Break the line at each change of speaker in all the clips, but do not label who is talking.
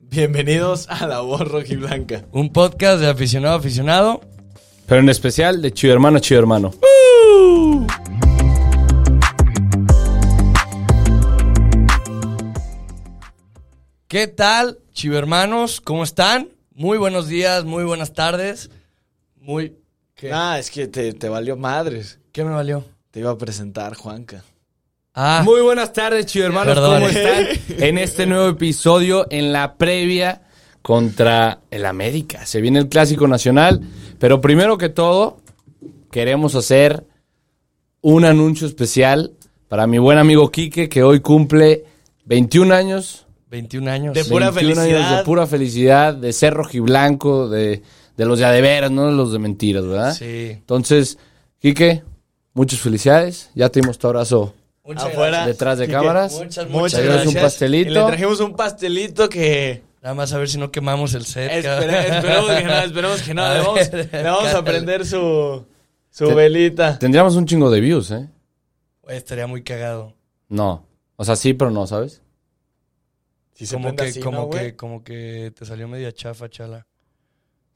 Bienvenidos a La Voz Rojiblanca.
Un podcast de aficionado a aficionado.
Pero en especial de Chido Hermano, Chido Hermano.
¿Qué tal, chivermanos? ¿Cómo están? Muy buenos días, muy buenas tardes. Muy... ¿Qué,
Ah, es que te, te valió madres.
¿Qué me valió?
Te iba a presentar, Juanca.
Ah,
Muy buenas tardes, Chido Hermanos.
Perdón.
¿Cómo están? En este nuevo episodio, en la previa contra el América. Se viene el Clásico Nacional. Pero primero que todo, queremos hacer un anuncio especial para mi buen amigo Quique, que hoy cumple 21 años
21 años.
De pura
21 años
felicidad.
de pura felicidad, de ser rojiblanco, de, de los de a de veras, no de los de mentiras, ¿verdad?
Sí.
Entonces, Quique, muchas felicidades. Ya te dimos tu abrazo
Muchas
Afuera.
gracias.
detrás de
Quique,
cámaras.
Muchas, muchas,
Muchas
trajimos
gracias.
un pastelito.
Y le trajimos un pastelito que...
Nada más a ver si no quemamos el set.
espere- esperemos que no, esperemos que no.
A
Le vamos,
ver,
le vamos a
cátale.
prender su, su
Te-
velita.
Tendríamos un chingo de views, ¿eh?
Oye, Estaría muy cagado.
No. O sea, sí, pero no, ¿sabes?
Si se
Como
prende
que,
así,
como,
¿no, güey?
que, como que te salió media chafa, chala.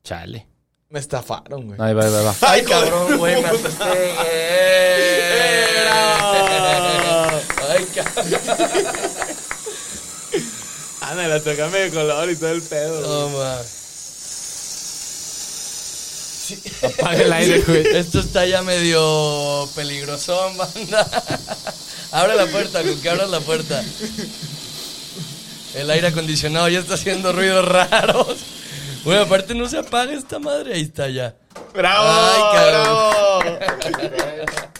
Chale.
Me estafaron, güey.
Ahí va, ahí va, ahí va.
Ay, cabrón, güey, me asusté. Ay, cabrón.
Ana, la tocame de color y todo el pedo. güey.
Apaga el aire, güey.
Esto está ya medio peligrosón, banda. Abre la puerta, con que abras la puerta. El aire acondicionado ya está haciendo ruidos raros. Bueno, aparte no se apaga esta madre, ahí está ya.
¡Bravo!
Ay, cabrón.
bravo.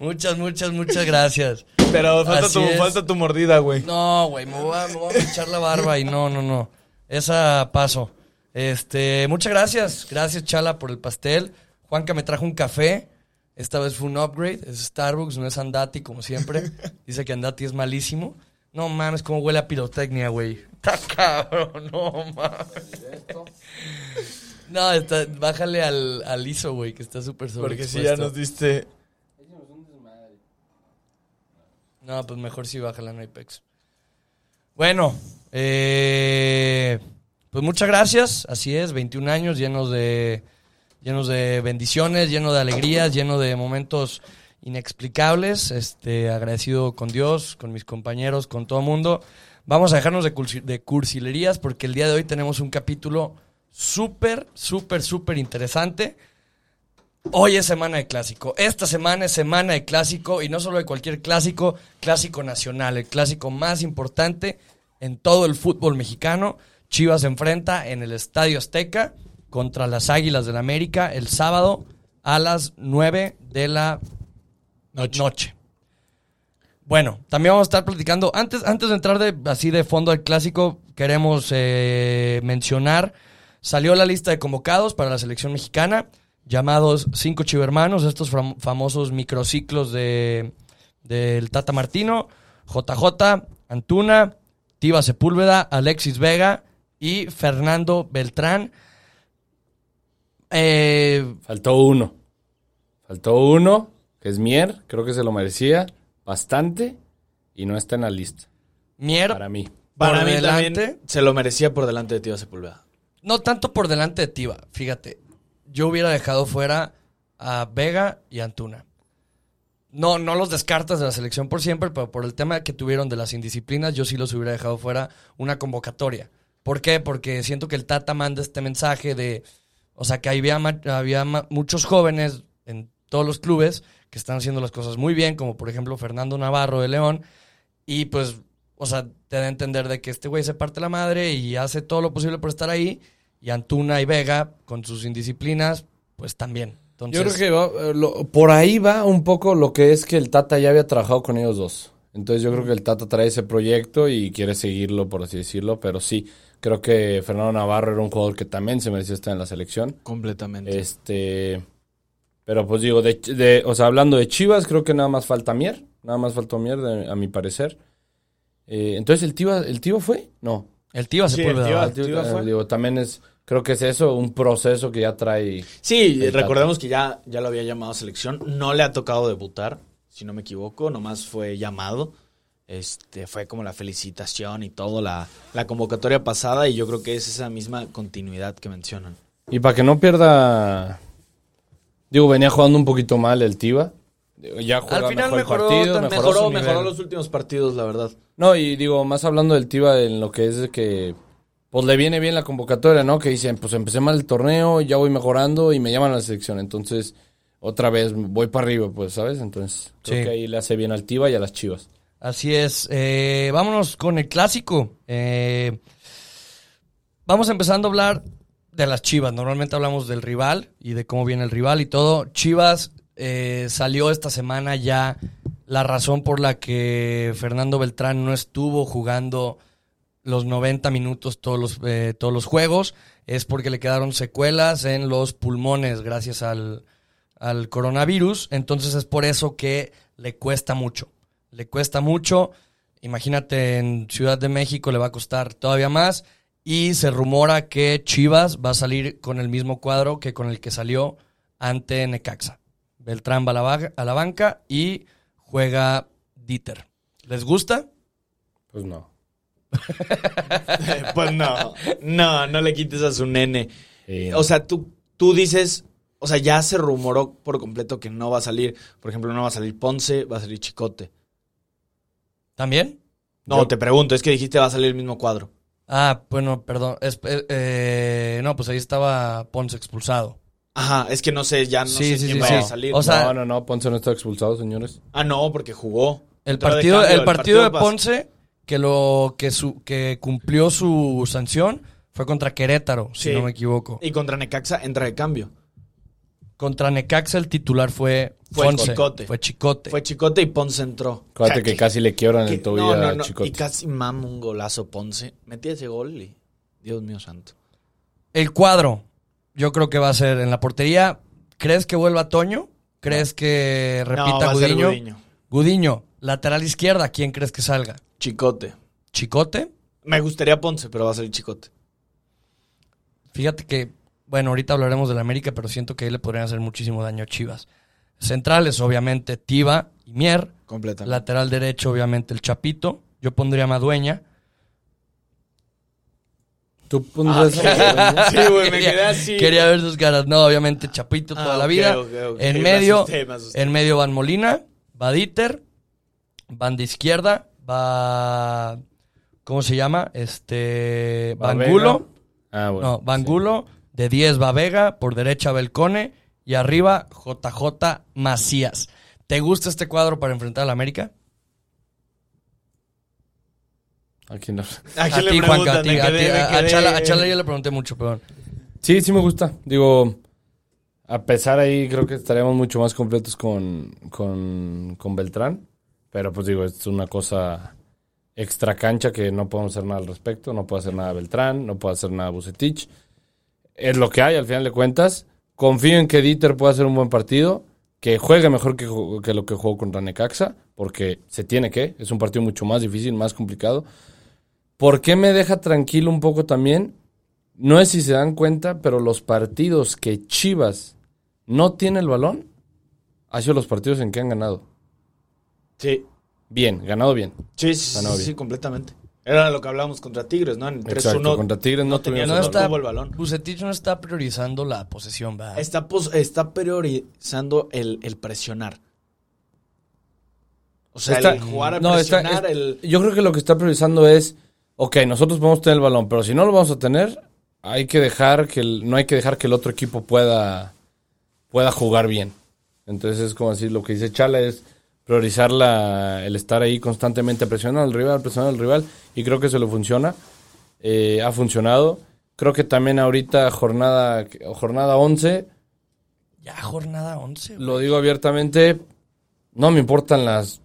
Muchas, muchas, muchas gracias.
Pero falta
Así
tu,
es.
falta tu mordida, güey.
No, güey, me voy, a, me voy a echar la barba y no, no, no. Esa paso. Este, muchas gracias. Gracias, Chala, por el pastel. Juanca me trajo un café. Esta vez fue un upgrade. Es Starbucks, no es Andati, como siempre. Dice que Andati es malísimo. No mames, cómo huele a pirotecnia, güey. Está cabrón, no mames. No, está- bájale al, al ISO, güey, que está súper
Porque
sobreexpuesto.
si ya nos diste...
No, pues mejor sí baja la Apex. Bueno, eh, pues muchas gracias. Así es, 21 años llenos de, llenos de bendiciones, lleno de alegrías, lleno de momentos inexplicables. Este, agradecido con Dios, con mis compañeros, con todo mundo. Vamos a dejarnos de, cursi- de cursilerías porque el día de hoy tenemos un capítulo súper, súper, súper interesante. Hoy es semana de clásico. Esta semana es semana de clásico y no solo de cualquier clásico, clásico nacional, el clásico más importante en todo el fútbol mexicano. Chivas se enfrenta en el Estadio Azteca contra las Águilas del América el sábado a las 9 de la noche. Bueno, también vamos a estar platicando. Antes, antes de entrar de, así de fondo al clásico, queremos eh, mencionar. Salió la lista de convocados para la selección mexicana, llamados Cinco Chivermanos, estos fam- famosos microciclos de, del Tata Martino, JJ, Antuna, Tiva Sepúlveda, Alexis Vega y Fernando Beltrán. Eh,
Faltó uno. Faltó uno, que es Mier. Creo que se lo merecía bastante. Y no está en la lista.
Mier,
Para mí.
Para
por
mí
delante.
también se lo merecía por delante de Tío Sepulveda.
No tanto por delante de Tiva, fíjate. Yo hubiera dejado fuera a Vega y Antuna. No, no los descartas de la selección por siempre, pero por el tema que tuvieron de las indisciplinas, yo sí los hubiera dejado fuera una convocatoria. ¿Por qué? Porque siento que el Tata manda este mensaje de, o sea, que había, ma- había ma- muchos jóvenes en todos los clubes que están haciendo las cosas muy bien, como por ejemplo Fernando Navarro de León, y pues, o sea, te da a entender de que este güey se parte la madre y hace todo lo posible por estar ahí. Y Antuna y Vega, con sus indisciplinas, pues también. Entonces,
Yo creo que va, eh, lo- por ahí va un poco lo que es que el Tata ya había trabajado con ellos dos. Entonces yo creo que el Tata trae ese proyecto y quiere seguirlo, por así decirlo. Pero sí, creo que Fernando Navarro era un jugador que también se merecía estar en la selección.
Completamente.
Este, pero pues digo, de, de- o sea, hablando de Chivas, creo que nada más falta Mier. Nada más faltó Mier, de- a mi parecer. Eh, entonces, ¿el Tiva, ¿el Tiva fue? No.
el tío
Sí,
se
el
puede
Tiva-
Ah, el Tiva-
Tiva fue.
eh, digo, también es, creo que es eso, un proceso que ya trae...
Sí,
El Tata.
recordemos que ya, ya lo había llamado a selección. No le ha tocado debutar, si no me equivoco. Nomás fue llamado. Este, fue como la felicitación y todo, la, la convocatoria pasada, y yo creo que es esa misma continuidad que mencionan.
Y para que no pierda. Digo, venía jugando un poquito mal el Tiva. Digo, Ya juega
Al final
mejor el
mejoró
partido,
también.
mejoró,
Mejoró,
su nivel.
mejoró los últimos partidos, la verdad.
No, y digo, más hablando del Tiva, en lo que es de que. Pues le viene bien la convocatoria, ¿no? Que dicen, pues empecé mal el torneo, ya voy mejorando y me llaman a la selección. Entonces, otra vez voy para arriba, pues, ¿sabes? Entonces, creo
Sí.
que ahí le hace bien al Tiva y a las chivas.
Así es. Eh, vámonos con el clásico. Eh, vamos empezando a hablar de las Chivas. Normalmente hablamos del rival y de cómo viene el rival y todo. Chivas eh, salió esta semana ya la razón por la que Fernando Beltrán no estuvo jugando los 90 minutos todos los, eh, todos los juegos es porque le quedaron secuelas en los pulmones gracias al, al coronavirus. Entonces es por eso que le cuesta mucho. Le cuesta mucho. Imagínate, en Ciudad de México le va a costar todavía más. Y se rumora que Chivas va a salir con el mismo cuadro que con el que salió ante Necaxa. Beltrán va a la, ba- a la banca y juega Dieter. ¿Les gusta?
Pues no.
Pues no, no, no le quites a su nene.
Sí,
O sea, tú, tú dices, o sea, ya se rumoró por completo que no va a salir, por ejemplo, no va a salir Ponce, va a salir Chicote.
¿También?
No,
Yo-
te pregunto, es que dijiste va a salir el mismo cuadro.
Ah, bueno, perdón. Es- eh, eh, no, pues ahí estaba Ponce expulsado.
Ajá, es que no sé, ya no
Sí,
sé
sí,
quién
sí,
vaya
sí.
a salir.
O sea-
no, no, no, Ponce no está expulsado, señores.
ah, no, porque jugó.
El
Entró de
partido,
cambio,
el partido de
pas-
Ponce que lo que su que cumplió su sanción fue contra Querétaro, si
Sí.
no me equivoco.
Y contra Necaxa entra de cambio.
Contra Necaxa el titular fue
Fue
Ponce,
Chicote.
fue Chicote.
Fue Chicote y Ponce entró.
Acuérdate que casi le quiebran
que-
el tobillo
no, no,
a
no,
Chicote.
Y casi mama un golazo Ponce. Metí ese gol y... Dios mío santo.
El cuadro yo creo que va a ser en la portería. ¿Crees que vuelva Toño? ¿Crees que
no,
repita
va a ser
Gudiño?
Gudiño.
Gudiño, lateral izquierda, ¿quién crees que salga?
Chicote.
¿Chicote?
Me gustaría Ponce, pero va a salir Chicote.
Fíjate que, bueno, ahorita hablaremos del América, pero siento que ahí le podrían hacer muchísimo daño a Chivas. Centrales, obviamente, Tiva y Mier.
Completamente.
Lateral derecho, obviamente, el Chapito. Yo pondría a Madueña.
Tú
Ah,
pondrás-
Sí, güey, Pues me quedé así.
Quería ver sus caras. No, obviamente, Chapito
Ah,
toda la
ok,
vida.
ok, ok. Me
En medio, eh,
asusté, me asusté.
en medio van Molina, va Dieter, van de izquierda, va... ¿Cómo se llama? Este...
Va
Van
Vega.
Gulo.
Ah, bueno.
No,
sí.
Bangulo, de 10 va Vega, por derecha Belcone y arriba JJ Macías. ¿Te gusta este cuadro para enfrentar al América?
Aquí no.
¿A quién le
ti,
preguntan?
Juanca, a ti,
Me
a
quedé-
ti,
me
a- a
quedé-
Chala- a Chala yo le pregunté mucho, perdón.
Sí, sí me gusta. Digo, a pesar ahí creo que estaríamos mucho más completos con, con, con Beltrán. Pero pues digo, es una cosa extra cancha que no podemos hacer nada al respecto. No puede hacer nada Beltrán, no puede hacer nada Bucetich. Es lo que hay al final de cuentas. Confío en que Dieter pueda hacer un buen partido. Que juegue mejor que, ju- que lo que jugó contra Necaxa. Porque se tiene que. Es un partido mucho más difícil, más complicado. ¿Por qué me deja tranquilo un poco también? No es si se dan cuenta, pero los partidos que Chivas no tiene el balón, ha sido los partidos en que han ganado.
Sí,
Bien, ganado bien.
sí, sí,
Ganó
sí,
bien.
sí, completamente. Era lo que hablábamos contra Tigres, ¿no? En el
Exacto,
3-1
contra Tigres no,
no tenía
tuvimos
No
no
el
está,
tuvo el balón.
Bucetich no está priorizando la posesión, ¿verdad?
está, pos- está priorizando el, el presionar. O sea,
Está-
el jugar a
no, está-
presionar,
es-
el...
Yo creo que lo que está priorizando es, ok, nosotros vamos a tener el balón, pero si no lo vamos a tener, hay que dejar que el- no hay que dejar que el otro equipo pueda, pueda jugar bien. Entonces es como decir, lo que dice Chala es priorizar la- el estar ahí constantemente presionando al rival, presionando al rival, y creo que se lo funciona, eh, ha funcionado. Creo que también ahorita jornada, jornada 11,
Ya jornada 11. güey.
lo digo abiertamente, no me importan las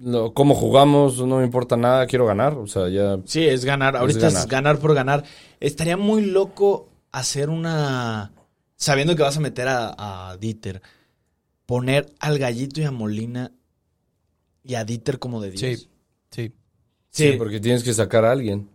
lo- cómo jugamos, no me importa nada, quiero ganar, o sea, ya
Sí, es ganar. Ahorita es ganar.
ganar.
por ganar. Estaría muy loco hacer una... Sabiendo que vas a meter a, a Dieter, poner al Gallito y a Molina y a Dieter como de 10.
Sí, sí.
sí,
Sí.
porque tienes que sacar a alguien.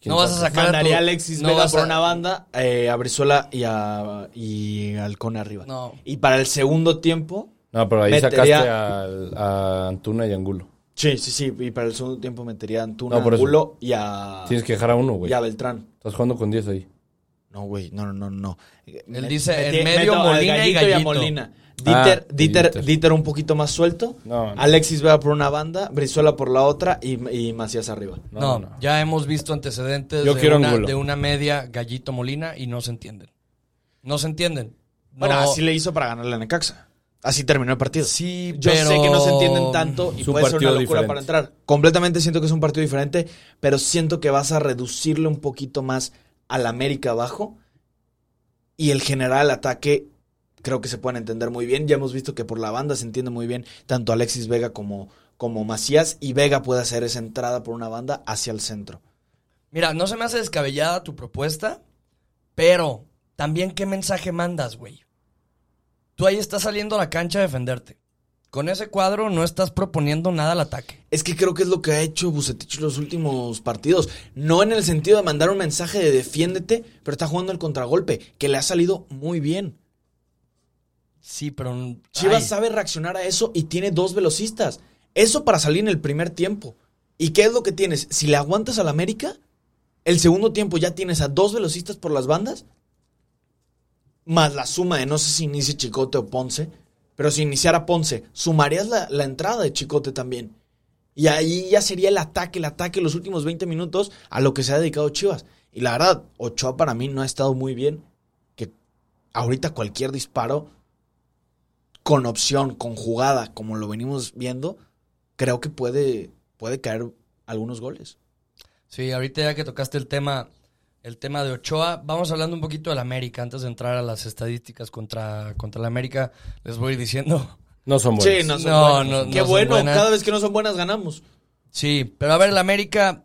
¿Quién
No vas a
saca?
sacar a tu-
Mandaría a Alexis
no
Vega
vas
por
a-
una banda, eh, a Brizuela y a y Halcón arriba.
No.
Y para el segundo tiempo,
No, pero ahí
Metería-
sacaste al- a Antuna y Angulo.
Sí, sí, sí. Y para el segundo tiempo metería a Antuna,
No, por
a
eso.
Angulo y a,
Tienes que dejar a uno, güey.
y a Beltrán.
Estás jugando con 10 ahí.
No, güey, no, no, no, no.
Él dice, en medio,
al
Molina y
a
Gallito.
Molina.
Ah,
Dieter,
y
Dieter,
Dieter.
Dieter un poquito más suelto.
No, no.
Alexis Vega por una banda, Brizuela por la otra y, y Macías arriba.
No, ya hemos visto antecedentes
Yo
de,
quiero
una,
Angulo.
de una media Gallito Molina y no se entienden. No se entienden. No-
Bueno, así le hizo para ganarle a Necaxa. Así terminó el partido.
Sí,
Yo sé
pero-
que no se entienden tanto y
Es un
puede ser una
partido
locura
diferente.
para entrar. Completamente siento que es un partido diferente, pero siento que vas a reducirle un poquito más al América abajo y el general ataque creo que se pueden entender muy bien. Ya hemos visto que por la banda se entiende muy bien tanto Alexis Vega como, como Macías y Vega puede hacer esa entrada por una banda hacia el centro.
Mira, no se me hace descabellada tu propuesta, pero también qué mensaje mandas, güey. Tú ahí estás saliendo a la cancha a defenderte. Con ese cuadro no estás proponiendo nada al ataque.
Es que creo que es lo que ha hecho Bucetich los últimos partidos. No en el sentido de mandar un mensaje de defiéndete, pero está jugando el contragolpe, que le ha salido muy bien.
Sí, pero... n-
Chivas
ay.
sabe reaccionar a eso y tiene dos velocistas. Eso para salir en el primer tiempo. ¿Y qué es lo que tienes? Si le aguantas al América, el segundo tiempo ya tienes a dos velocistas por las bandas, más la suma de no sé si inicie Chicote o Ponce, pero si iniciara Ponce, sumarías la, la entrada de Chicote también. Y ahí ya sería el ataque, el ataque, los últimos 20 minutos a lo que se ha dedicado Chivas. Y la verdad, Ochoa para mí no ha estado muy bien. Que ahorita cualquier disparo con opción, con jugada, como lo venimos viendo, creo que puede, puede caer algunos goles.
Sí, ahorita ya que tocaste el tema, el tema de Ochoa, vamos hablando un poquito del América. Antes de entrar a las estadísticas contra, contra el América, les voy diciendo.
No son buenos.
Sí, no son
No,
buenas.
no,
Qué
no son
bueno,
buenas.
cada vez que no son buenas ganamos.
Sí, pero a ver, el América,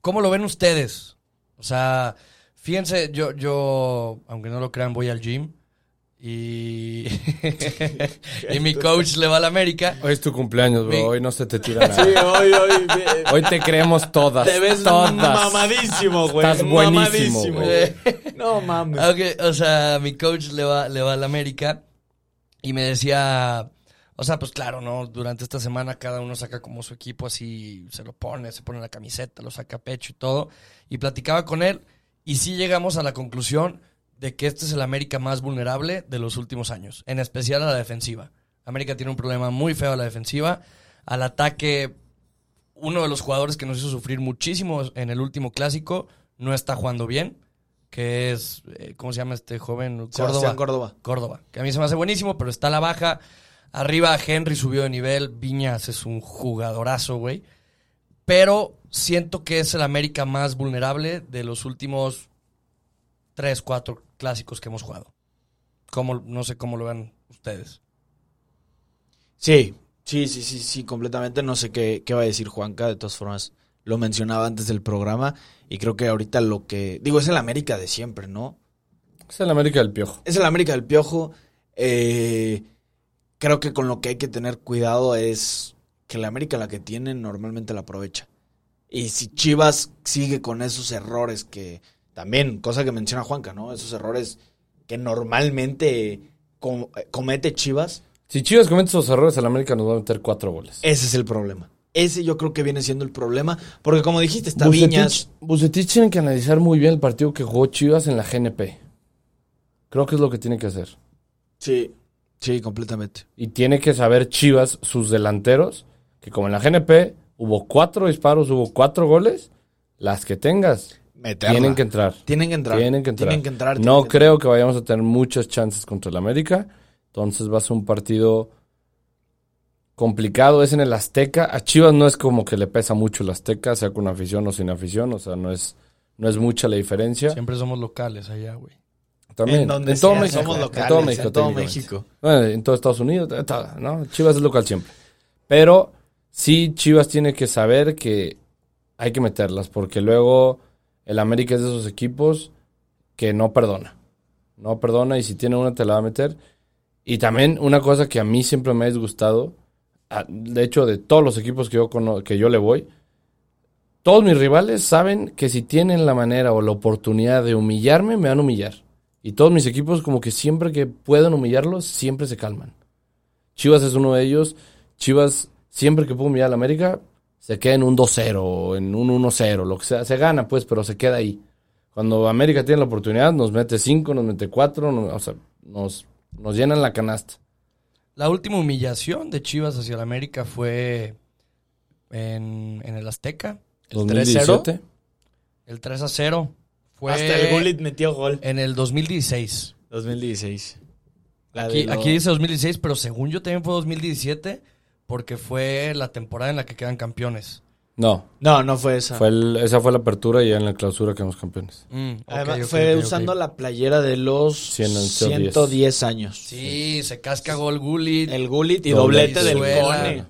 ¿cómo lo ven ustedes? O sea, fíjense, yo, yo, aunque no lo crean, voy al gym y, y mi coach le va al América.
Hoy es tu cumpleaños, bro.
Mi-
Hoy no se te tira nada.
hoy, hoy.
Hoy te creemos todas. todas.
mamadísimo,
güey, Estás buenísimo, mamadísimo,
güey.
No mames.
Ok, o sea, mi coach le va, le va al América y me decía, o sea, pues claro, ¿no? Durante esta semana cada uno saca como su equipo, así se lo pone, se pone la camiseta, lo saca a pecho y todo. Y platicaba con él y sí llegamos a la conclusión de que este es el América más vulnerable de los últimos años, en especial a la defensiva. América tiene un problema muy feo a la defensiva, al ataque uno de los jugadores que nos hizo sufrir muchísimo en el último clásico no está jugando bien, que es, eh, ¿cómo se llama este joven?
Sebastián
Córdoba.
Córdoba.
Córdoba, que a mí se me hace buenísimo, pero está a la baja. Arriba Henry subió de nivel, Viñas es un jugadorazo, güey. Pero siento que es el América más vulnerable de los últimos 3, 4 clásicos que hemos jugado. Como, no sé cómo lo vean ustedes.
Sí, sí, sí, sí, sí, completamente. No sé qué, qué va a decir Juanca, de todas formas. Lo mencionaba antes del programa y creo que ahorita lo que... Digo, es el América de siempre, ¿no?
Es el América del Piojo.
Es el América del Piojo. eh, creo que con lo que hay que tener cuidado es que la América la que tiene normalmente la aprovecha. Y si Chivas sigue con esos errores que también, cosa que menciona Juanca, ¿no? Esos errores que normalmente com- comete Chivas,
Si Chivas comete esos errores, el América nos va a meter cuatro goles.
ese es el problema. Ese yo creo que viene siendo el problema, porque como dijiste, está
Bucetich,
Viñas.
Bucetich tiene que analizar muy bien el partido que jugó Chivas en la GNP. Creo que es lo que tiene que hacer.
Sí, sí, completamente.
Y tiene que saber Chivas, sus delanteros, que como en la GNP hubo cuatro disparos, hubo cuatro goles, las que tengas
Meterla.
tienen que entrar.
Tienen que entrar.
Tienen que entrar.
Tienen que entrar.
no
tienen que
creo que vayamos a tener muchas chances contra el América. Entonces va a ser un partido complicado. Es en el Azteca. A Chivas no es como que le pesa mucho el Azteca, sea con afición o sin afición. O sea, no es, no es mucha la diferencia.
Siempre somos locales allá, güey.
También.
En donde
todo
sea,
México.
somos locales,
En todo México.
en todo
técnicamente.
México.
Bueno, en todo Estados Unidos. ta- ta- ¿no? Chivas es local siempre. Pero sí, Chivas tiene que saber que hay que meterlas. Porque luego el América es de esos equipos que no perdona. No perdona y si tiene una te la va a meter. Y también una cosa que a mí siempre me ha disgustado. a- De hecho, de todos los equipos que yo, cono- que yo le voy, todos mis rivales saben que si tienen la manera o la oportunidad de humillarme, me van a humillar. Y todos mis equipos, como que siempre que pueden humillarlos, siempre se calman. Chivas es uno de ellos. Chivas, siempre que puedo humillar al América, se queda en un 2-0, o en un 1-0, lo que sea. Se gana, pues, pero se queda ahí. Cuando América tiene la oportunidad, nos mete 5, nos mete 4, o sea, nos, nos llenan la canasta.
La última humillación de Chivas hacia el América fue en, en el Azteca. El 3-0.
2017.
El 3 a 0 fue
Hasta el Gullit metió gol.
en el 2016.
2016. La de
Aquí,
lo-
aquí dice 2016, pero según yo también fue 2017 porque fue la temporada en la que quedan campeones.
No,
No, no fue esa.
fue el- esa fue la apertura y ya en la clausura quedamos campeones.
Mm, ok,
Además,
ok,
fue
ok, ok.
usando la playera de los
110.
110 años.
Sí, se casca gol Gullit.
El Gullit y
Doblete
doblete del
Brizuela.
Cone.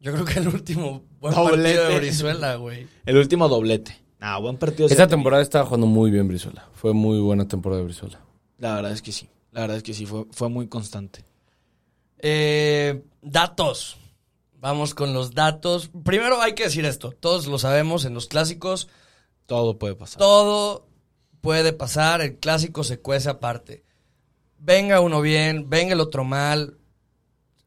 Yo creo que el último buen partido
Doblete.
de Brizuela, güey.
El último doblete. Ah, buen partido.
Esa temporada estaba jugando muy bien Brizuela. Fue muy buena temporada de Brizuela.
La verdad es que sí. La verdad es que sí. Fue, fue muy constante.
Eh, datos. Vamos con los datos. Primero hay que decir esto. Todos lo sabemos en los clásicos.
Todo puede pasar.
Todo puede pasar, el clásico se cuece aparte. Venga uno bien, venga el otro mal,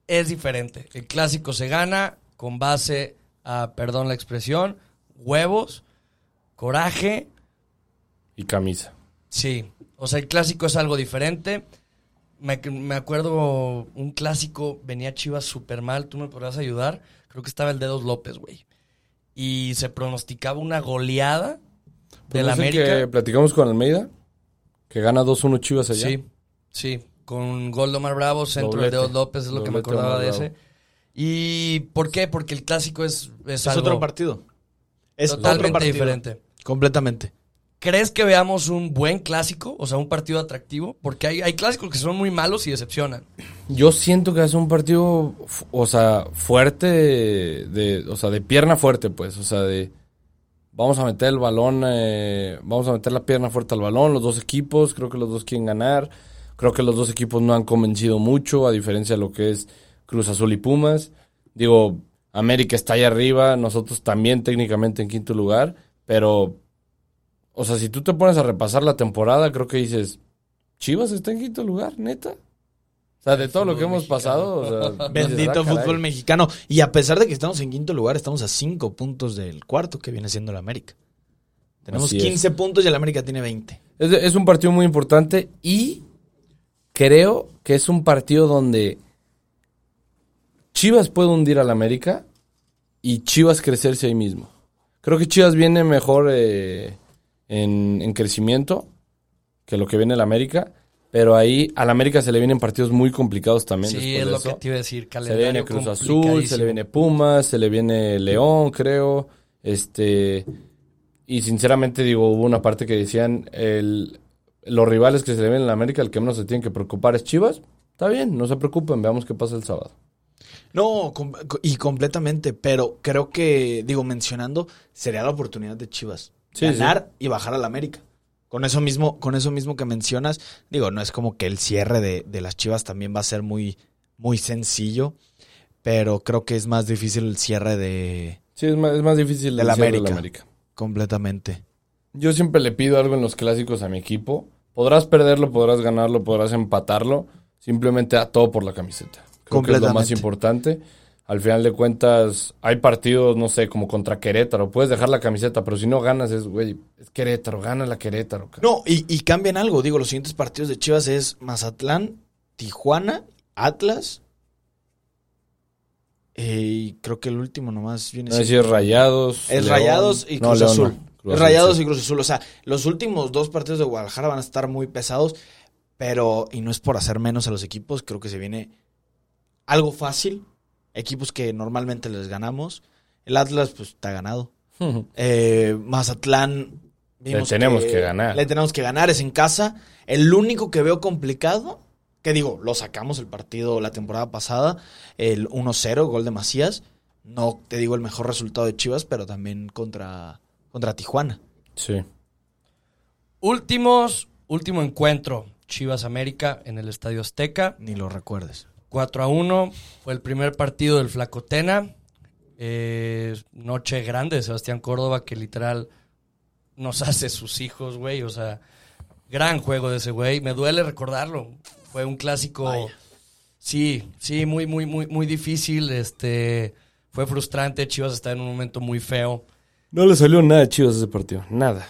es diferente. El clásico se gana con base a, perdón la expresión, huevos, coraje,
Y camisa.
sí. O sea, el clásico es algo diferente. Me, me acuerdo un clásico, venía Chivas súper mal, tú me podrás ayudar. Creo que estaba el Dedos López, güey. Y se pronosticaba una goleada
Pues
del
no es el
América.
que platicamos con Almeida, que gana 2-1 Chivas allá.
Sí, sí. Con gol de Omar Bravo, centro
Doblete.
de Dedos López, es lo que me
Doblete
acordaba
Omar
de
Bravo.
ese. ¿Y por qué? Porque el clásico es, es,
Es
algo
otro partido. Es otro
totalmente
partido.
diferente.
Completamente.
¿Crees que veamos un buen clásico? O sea, un partido atractivo. Porque hay, hay clásicos que son muy malos y decepcionan.
Yo siento que hace un partido, fu- o sea, fuerte, de, o sea, de pierna fuerte, pues, o sea, de vamos a meter el balón, eh, vamos a meter la pierna fuerte al balón, los dos equipos, creo que los dos quieren ganar, creo que los dos equipos no han convencido mucho, a diferencia de lo que es Cruz Azul y Pumas. Digo, América está ahí arriba, nosotros también técnicamente en quinto lugar, pero, o sea, si tú te pones a repasar la temporada, creo que dices, Chivas está en quinto lugar, neta. O sea, de todo lo que
fútbol
hemos
mexicano.
pasado. o sea, dices,
Bendito
"Ah, caray".
fútbol mexicano. Y a pesar de que estamos en quinto lugar, estamos a cinco puntos del cuarto que viene siendo el América. Tenemos
Así es.
15 puntos y el América tiene 20.
Es, es un partido muy importante y creo que es un partido donde Chivas puede hundir al América y Chivas crecerse ahí mismo. Creo que Chivas viene mejor eh, en, en crecimiento que lo que viene el América, pero ahí al América se le vienen partidos muy complicados también.
sí,
después
es
de
lo
eso.
que te iba a decir.
Se
Calendario
le viene Cruz Azul, se le viene Pumas, se le viene León, creo. Este. Y sinceramente, digo, hubo una parte que decían: el, los rivales que se le vienen en la América, el que menos se tienen que preocupar es Chivas. Está bien, no se preocupen, veamos qué pasa el sábado.
No, com- co- y completamente, pero creo que, digo, mencionando, sería la oportunidad de Chivas.
Sí,
ganar y bajar al América. Con eso mismo, con eso mismo que mencionas, digo, no es como que el cierre de, de las Chivas también va a ser muy, muy sencillo, pero creo que es más difícil el cierre de
Sí, es más, es más difícil
Del
decirle al
América. completamente.
Yo siempre le pido algo en los clásicos a mi equipo. Podrás perderlo, podrás ganarlo, podrás empatarlo. Simplemente da todo por la camiseta. Creo que es lo más
Completamente.
importante. Al final de cuentas, hay partidos, no sé, como contra Querétaro. Puedes dejar la camiseta, pero si no ganas, es, güey, es Querétaro, gana la Querétaro. cabrón.
No, y, y cambian algo, digo, los siguientes partidos de Chivas es Mazatlán, Tijuana, Atlas. eh, Y creo que el último nomás viene
No sé
siendo-
si es Rayados.
Es
León.
Rayados y
No,
Cruz
León no.
Azul.
Cruz
Es
Azul,
Rayados
sí.
y Cruz Azul. O sea, los últimos dos partidos de Guadalajara van a estar muy pesados, pero, y no es por hacer menos a los equipos, creo que se viene algo fácil. Equipos que normalmente les ganamos. El Atlas, pues, está ganado. Eh, Mazatlán. vimos
Le tenemos que ganar.
Le tenemos que ganar, es en casa. El único que veo complicado, que digo, lo sacamos el partido la temporada pasada, el 1-0, gol de Macías. No te digo el mejor resultado de Chivas, pero también contra, contra Tijuana.
Sí.
Últimos, último encuentro. Chivas América en el Estadio Azteca.
Ni lo recuerdes.
4 a 1. Fue el primer partido del Flacotena. Eh, noche grande de Sebastián Córdoba, que literal nos hace sus hijos, güey. O sea, gran juego de ese güey. Me duele recordarlo. Fue un clásico. Sí, sí, muy, muy, muy, muy difícil. Este. Fue frustrante, Chivas está en un momento muy feo.
No le salió nada chido ese partido. Nada.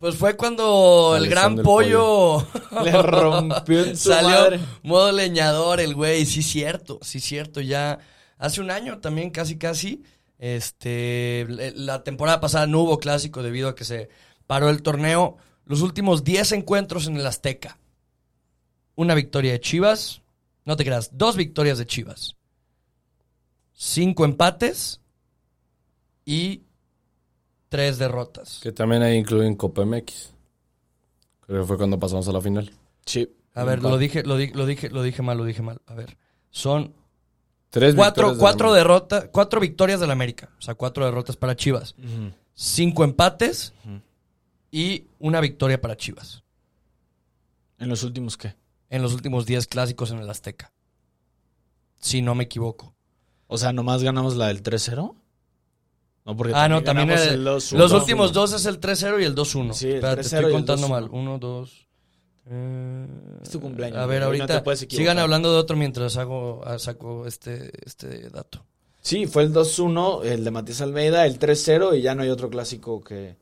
Pues fue cuando el gran
Alessandro el
pollo,
Le rompió en su
salió
madre.
modo leñador el güey. Sí, cierto, sí, cierto. Ya hace un año también, casi, casi. Este, le- la temporada pasada no hubo clásico debido a que se paró el torneo. Los últimos 10 encuentros en el Azteca. Una victoria de Chivas. No te creas, dos victorias de Chivas. Cinco empates y tres derrotas.
Que también ahí incluyen Copa MX. Creo que fue cuando pasamos a la final.
Sí.
A ver,
Empate.
lo dije, lo, di- lo dije, lo dije mal, lo dije mal. A ver, son
Tres
cuatro,
victorias
cuatro
la-
derrotas, cuatro victorias del América. O sea, cuatro derrotas para Chivas.
Ujú.
Cinco empates
Ujú.
y una victoria para Chivas.
¿En los últimos qué?
En los últimos 10 clásicos en el Azteca. Si no me equivoco.
O sea, nomás ganamos la del 3-0. No, porque
Ah, no, también
ganamos
era-
el 2-1.
los últimos dos es el 3-0 y el 2-1.
Sí, el
Espérate,
3-0
estoy
y el
contando
2-1.
mal. 1, 2. eh,
Es tu cumpleaños,
A ver,
güey, no
ahorita
te puedes equivocar.
sigan hablando de otro mientras hago, ah, saco este, este dato.
Sí, fue el 2-1, el de Matías Almeida, el 3-0 y ya no hay otro clásico que,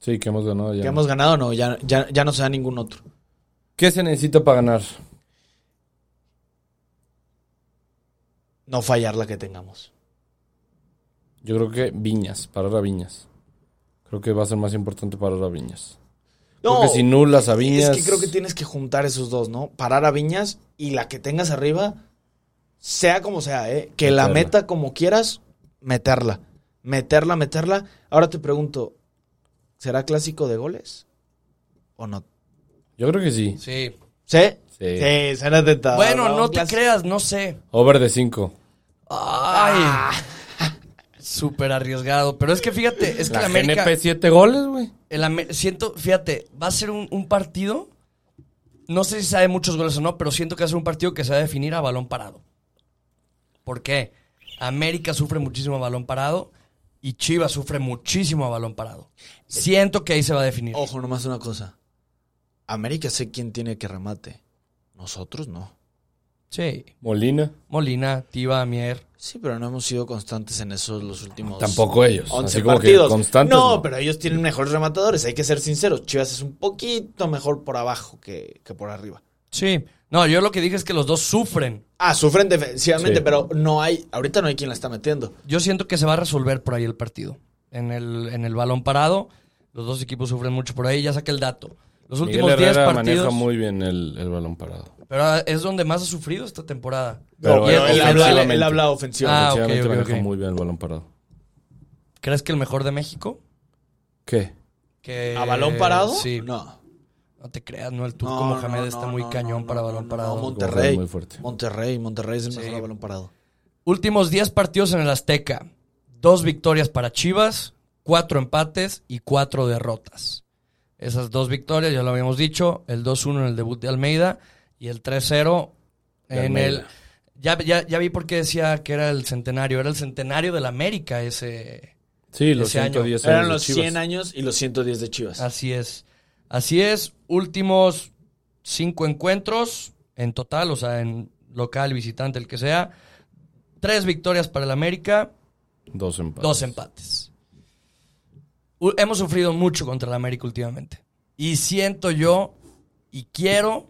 Sí, que hemos ganado ya.
que hemos ganado. No, ya, ya, ya no se da ningún otro.
¿Qué se necesita para ganar?
No fallar la que tengamos.
Yo creo que Viñas, parar a Viñas. Creo que va a ser más importante parar a Viñas.
No,
Porque si nulas a
es
Viñas.
que creo que tienes que juntar esos dos, ¿no? Parar a Viñas y la que tengas arriba, sea como sea, ¿eh? Que la
Meterla.
meta como quieras, meterla. Meterla, meterla. Ahora te pregunto, ¿será clásico de goles? ¿O no?
Yo creo que sí.
Sí.
¿Sí?
Sí.
será tentado.
Bueno, no te
Ah, Clásico.
creas, no sé.
Over de 5.
Ay. Súper arriesgado. Pero es que fíjate, es que
La,
el América.
GNP 7 goles, güey.
el Ame- siento, fíjate, va a ser un, un partido. No sé si sabe muchos goles o no, pero siento que va a ser un partido que se va a definir a balón parado. ¿Por qué? América sufre muchísimo a balón parado y Chivas sufre muchísimo a balón parado. Siento que ahí se va a definir.
Ojo, nomás una cosa. América sé quién tiene que remate. Nosotros no.
Sí.
Molina.
Molina, Tiva, Mier.
Sí, pero no hemos sido constantes en esos los últimos.
Tampoco ellos.
11
Así como
partidos.
que constantes.
no, pero ellos tienen mejores rematadores. Hay que ser sinceros. Chivas es un poquito mejor por abajo que, que por arriba.
Sí. No, yo lo que dije es que los dos sufren.
Ah, sufren defensivamente,
Sí.
pero no hay. Ahorita no hay quien la está metiendo.
Yo siento que se va a resolver por ahí el partido. En el, en el balón parado, los dos equipos sufren mucho por ahí. Ya saqué el dato. Los
Miguel
últimos 10
Herrera maneja
partidos.
muy bien el, el balón parado.
Pero es donde más ha sufrido esta temporada.
Pero
No,
él-
pero él, habla,
ofensivamente.
él habla ofensivo.
Ah, ok,
Defensivamente
ok,
maneja
ok.
muy bien el balón parado.
¿Crees que el mejor de México?
¿Qué?
Que,
¿A balón parado?
eh, Sí. No.
No.
te creas, ¿no? El turco
No,
Mohamed
no,
está
no,
muy
no,
cañón
no,
para
no,
balón
no,
parado.
no,
Juega
Monterrey.
muy fuerte.
Monterrey, Monterrey es el mejor
Sí.
a balón parado.
Últimos 10 partidos en el Azteca. Dos victorias para Chivas, cuatro empates y cuatro derrotas. Esas dos victorias, ya lo habíamos dicho, el 2-1 en el debut de Almeida y el 3-0
De
en
Almeida.
el... Ya, ya, ya vi por qué decía que era el centenario. Era el centenario del América ese...
Sí, los
Ese año.
110
Eran
de
los
Chivas.
100 años y los 110 de
Pues
Chivas.
Así es. Así es. Últimos cinco encuentros en total, o sea, en local, visitante, el que sea. Tres victorias para el América,
Dos empates.
dos empates. U- hemos sufrido mucho contra el América últimamente. Y siento yo y quiero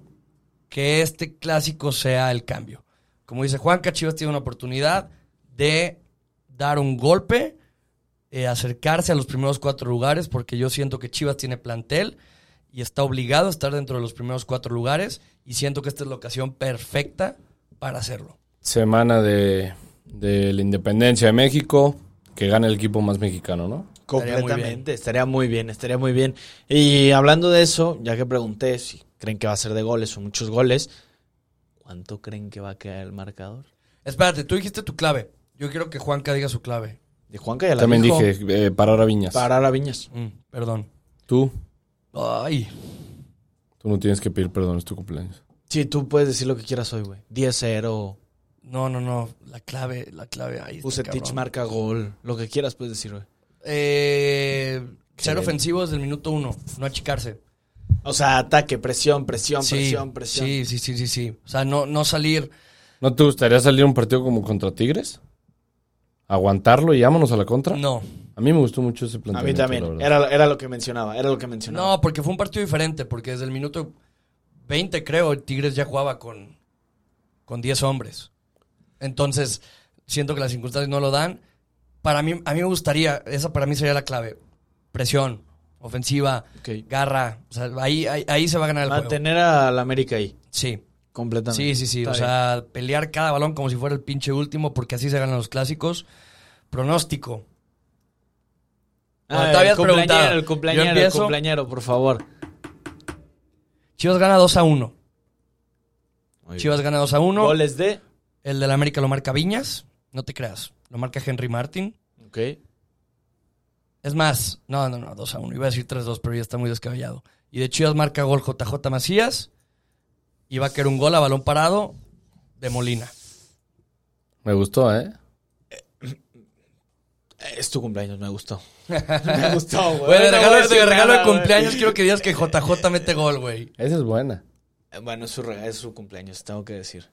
que este clásico sea el cambio. Como dice Juan, Chivas tiene una oportunidad de dar un golpe, eh, acercarse a los primeros cuatro lugares, porque yo siento que Chivas tiene plantel y está obligado a estar dentro de los primeros cuatro lugares, y siento que esta es la ocasión perfecta para hacerlo.
Semana de, de la independencia de México. Que gana el equipo más mexicano, ¿no?
Estaría muy
Completamente, estaría muy bien, estaría muy bien. Y hablando de eso, ya que pregunté si creen que va a ser de goles o muchos goles, ¿cuánto creen que va a quedar el marcador?
Espérate, tú dijiste tu clave. Yo quiero que Juanca diga su clave.
De Juanca ya la
También
dijo.
dije eh, parar a Viñas.
Parar a Viñas.
Mm, perdón.
Tú,
Ay.
tú no tienes que pedir perdón, es tu cumpleaños.
Sí, tú puedes decir lo que quieras hoy, güey. 10-0,
No, no, no. La clave, la clave. Ahí está,
Bucetich
Este cabrón.
marca gol, lo que quieras puedes decir, güey.
Eh, ser
Excelente.
ofensivo desde el minuto uno. No achicarse.
O sea, ataque, presión, presión, presión, presión.
sí, sí, sí, sí, sí. O sea, no, no salir.
¿No te gustaría salir a un partido como contra Tigres? aguantarlo y vámonos a la contra.
No.
A mí me gustó mucho ese
A mí
planteamiento. la
también.
verdad.
Era, era lo que mencionaba, era lo que mencionaba.
No, porque fue un partido diferente, porque desde el minuto 20, creo, Tigres ya jugaba con, con 10 hombres. Entonces, siento que las circunstancias no lo dan. Para mí, a mí me gustaría, esa para mí sería la clave. Presión, ofensiva,
Ok.
garra. O sea, ahí, ahí, ahí se va a ganar el juego.
Mantener al América ahí,
Sí.
completamente.
Sí, sí, sí.
Está
O
bien.
sea, pelear cada balón como si fuera el pinche último, porque así se ganan los clásicos. Pronóstico.
Ah,
te habías
el cumpleañero,
preguntado.
el
Yo
cumpleañero, el
empiezo.
cumpleañero, por favor.
Chivas gana 2 a 1.
Muy bien.
Chivas gana 2 a 1.
Goles de.
El del América lo marca Viñas. No te creas. Lo marca Henry Martin.
Ok.
Es más, no, no, no, 2 a 1. Iba a decir 3-2, pero ya está muy descabellado. Y de Chivas marca gol JJ Macías. Y va a querer un gol a balón parado de Molina.
Me gustó, ¿eh?
Eh, Es tu cumpleaños, me gustó. me gustó, güey.
Güey, de
No
regalo,
voy a
de
decir
regalo de
nada, güey.
cumpleaños quiero que digas que JJ mete gol, güey.
Esa es buena.
Eh, Bueno, es su, rega- es su cumpleaños, tengo que decir.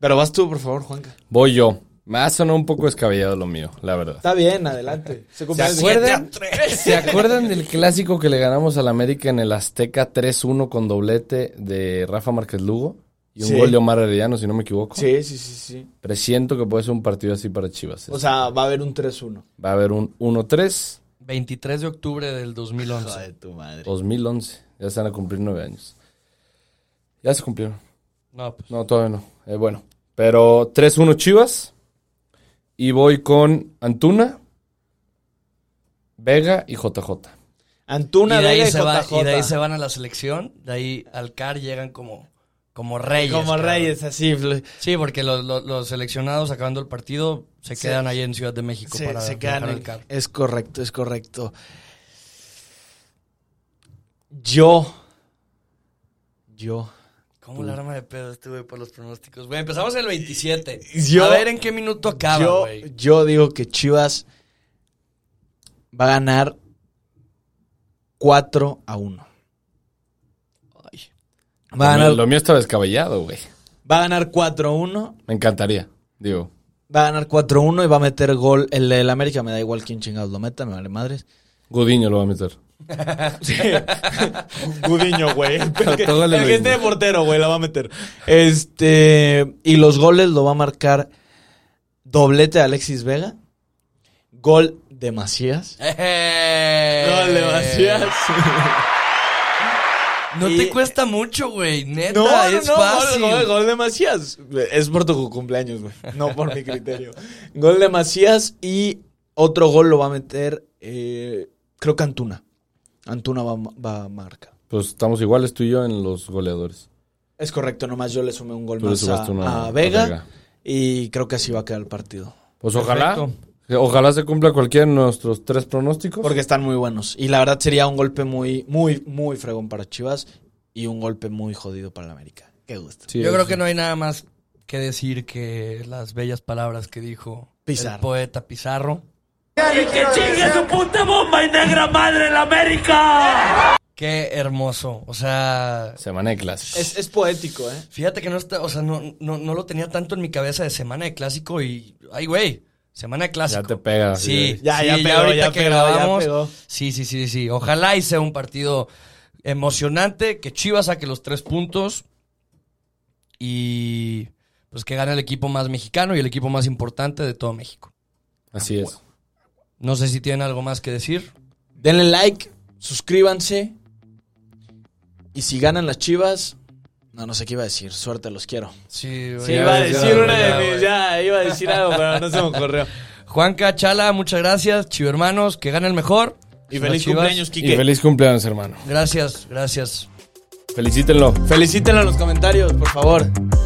Pero vas tú, por favor, Juanca.
Voy yo. Me ha sonado un poco descabellado lo mío, la verdad.
Está bien, adelante. Se cumple
¿Se acuerdan?
Siete a tres.
¿Se acuerdan del clásico que le ganamos al América en el Azteca 3-1 con doblete de Rafa Márquez Lugo? Y un
Sí.
gol de Omar Herediano, si no me equivoco.
Sí, sí, sí, sí.
Presiento que puede ser un partido así para Chivas. ¿eh?
O sea, va a haber un 3-1.
Va a haber un 1-3,
23 de octubre del 2011.
tu madre.
2011. Ya se van a cumplir nueve años. Ya se cumplieron.
No, pues.
No, todavía no. Eh, bueno, pero 3-1 Chivas. Y voy con Antuna, Vega y JJ.
Antuna,
y, de ahí
Vega y
se va-
JJ.
y de ahí se van a la selección. De ahí al CAR llegan como, como reyes.
Como
cabrón.
reyes, así. fl-
Sí, porque los, los- los seleccionados acabando el partido se
Se-
quedan ahí en Ciudad de México
Se,
para
se quedan
viajar
en-
al CAR.
Es correcto, es correcto. Yo. Yo.
¿Cómo la arma de pedo estuve por los pronósticos? Güey, empezamos el 27.
Yo-
a ver en qué minuto acaba,
yo,
güey.
yo digo que Chivas va a ganar 4 a 1.
Ay.
Va a
Lo mío-
ganar,
Lo mío está descabellado, güey.
va a ganar 4 a 1.
Me encantaría. Digo,
Va a ganar 4 a 1 y va a meter gol. El del América me da igual quién chingados lo meta, me vale madres.
Gudiño lo va a meter.
Gudiño, güey. El que,
Todo
el
lo
que esté
mismo.
de portero, güey, la va a meter. Este. Y los goles lo va a marcar doblete de Alexis Vega. Gol de Macías.
¡Eh!
Gol de Macías.
No
Y-
te cuesta mucho, güey. Neta,
No, no,
es
no,
fácil.
Gol, gol, gol de Macías. Es por tu cumpleaños, güey. No por mi criterio. Gol de Macías y otro gol lo va a meter, eh, creo que Antuna. Antuna va, va a marcar.
Pues estamos iguales tú y yo en los goleadores.
Es correcto, nomás yo le sumé un gol
Tú le
más a,
sumaste uno
a
a
Vega,
Vega.
y creo que así va a quedar el partido.
Pues
Perfecto.
ojalá. Ojalá se cumpla cualquiera de nuestros tres pronósticos.
Porque están muy buenos. Y la verdad sería un golpe muy, muy, muy fregón para Chivas y un golpe muy jodido para la América. Qué gusto.
Sí,
Yo
es-
creo que no hay nada más que decir que las bellas palabras que dijo el
Pizarro.
poeta Pizarro.
Y que chingue su puta bomba y negra madre en América.
Qué hermoso. O sea,
Semana de clases.
Es, es poético, ¿eh?
fíjate que no está, o sea, no, no, no lo tenía tanto en mi cabeza de semana de clásico y. Ay, güey. Semana de clásico.
Ya te pega.
Sí,
Ya,
sí,
ya pegó,
ahorita
ya
que
pegó, ya
grabamos.
pegó.
Sí, sí, sí, sí. Ojalá y sea un partido emocionante, que Chivas saque los tres puntos y pues que gane el equipo más mexicano y el equipo más importante de todo México.
Así es.
No sé si tienen algo más que decir.
Denle like, suscríbanse. Y si ganan las chivas, no, no sé qué iba a decir. Suerte, los quiero.
Sí,
Sí,
ya
iba a
ves, ya
decir
ves,
una
ya
de
ves.
mis. Ya, iba a decir algo, pero no se me ocurrió.
Juanca, Chala, muchas gracias. Chivo hermanos, que gane el mejor.
Y
Las
feliz
Chivas.
cumpleaños,
Y
Kike.
feliz cumpleaños, hermano.
Gracias, gracias.
Felicítenlo.
Felicítenlo en los comentarios, por favor.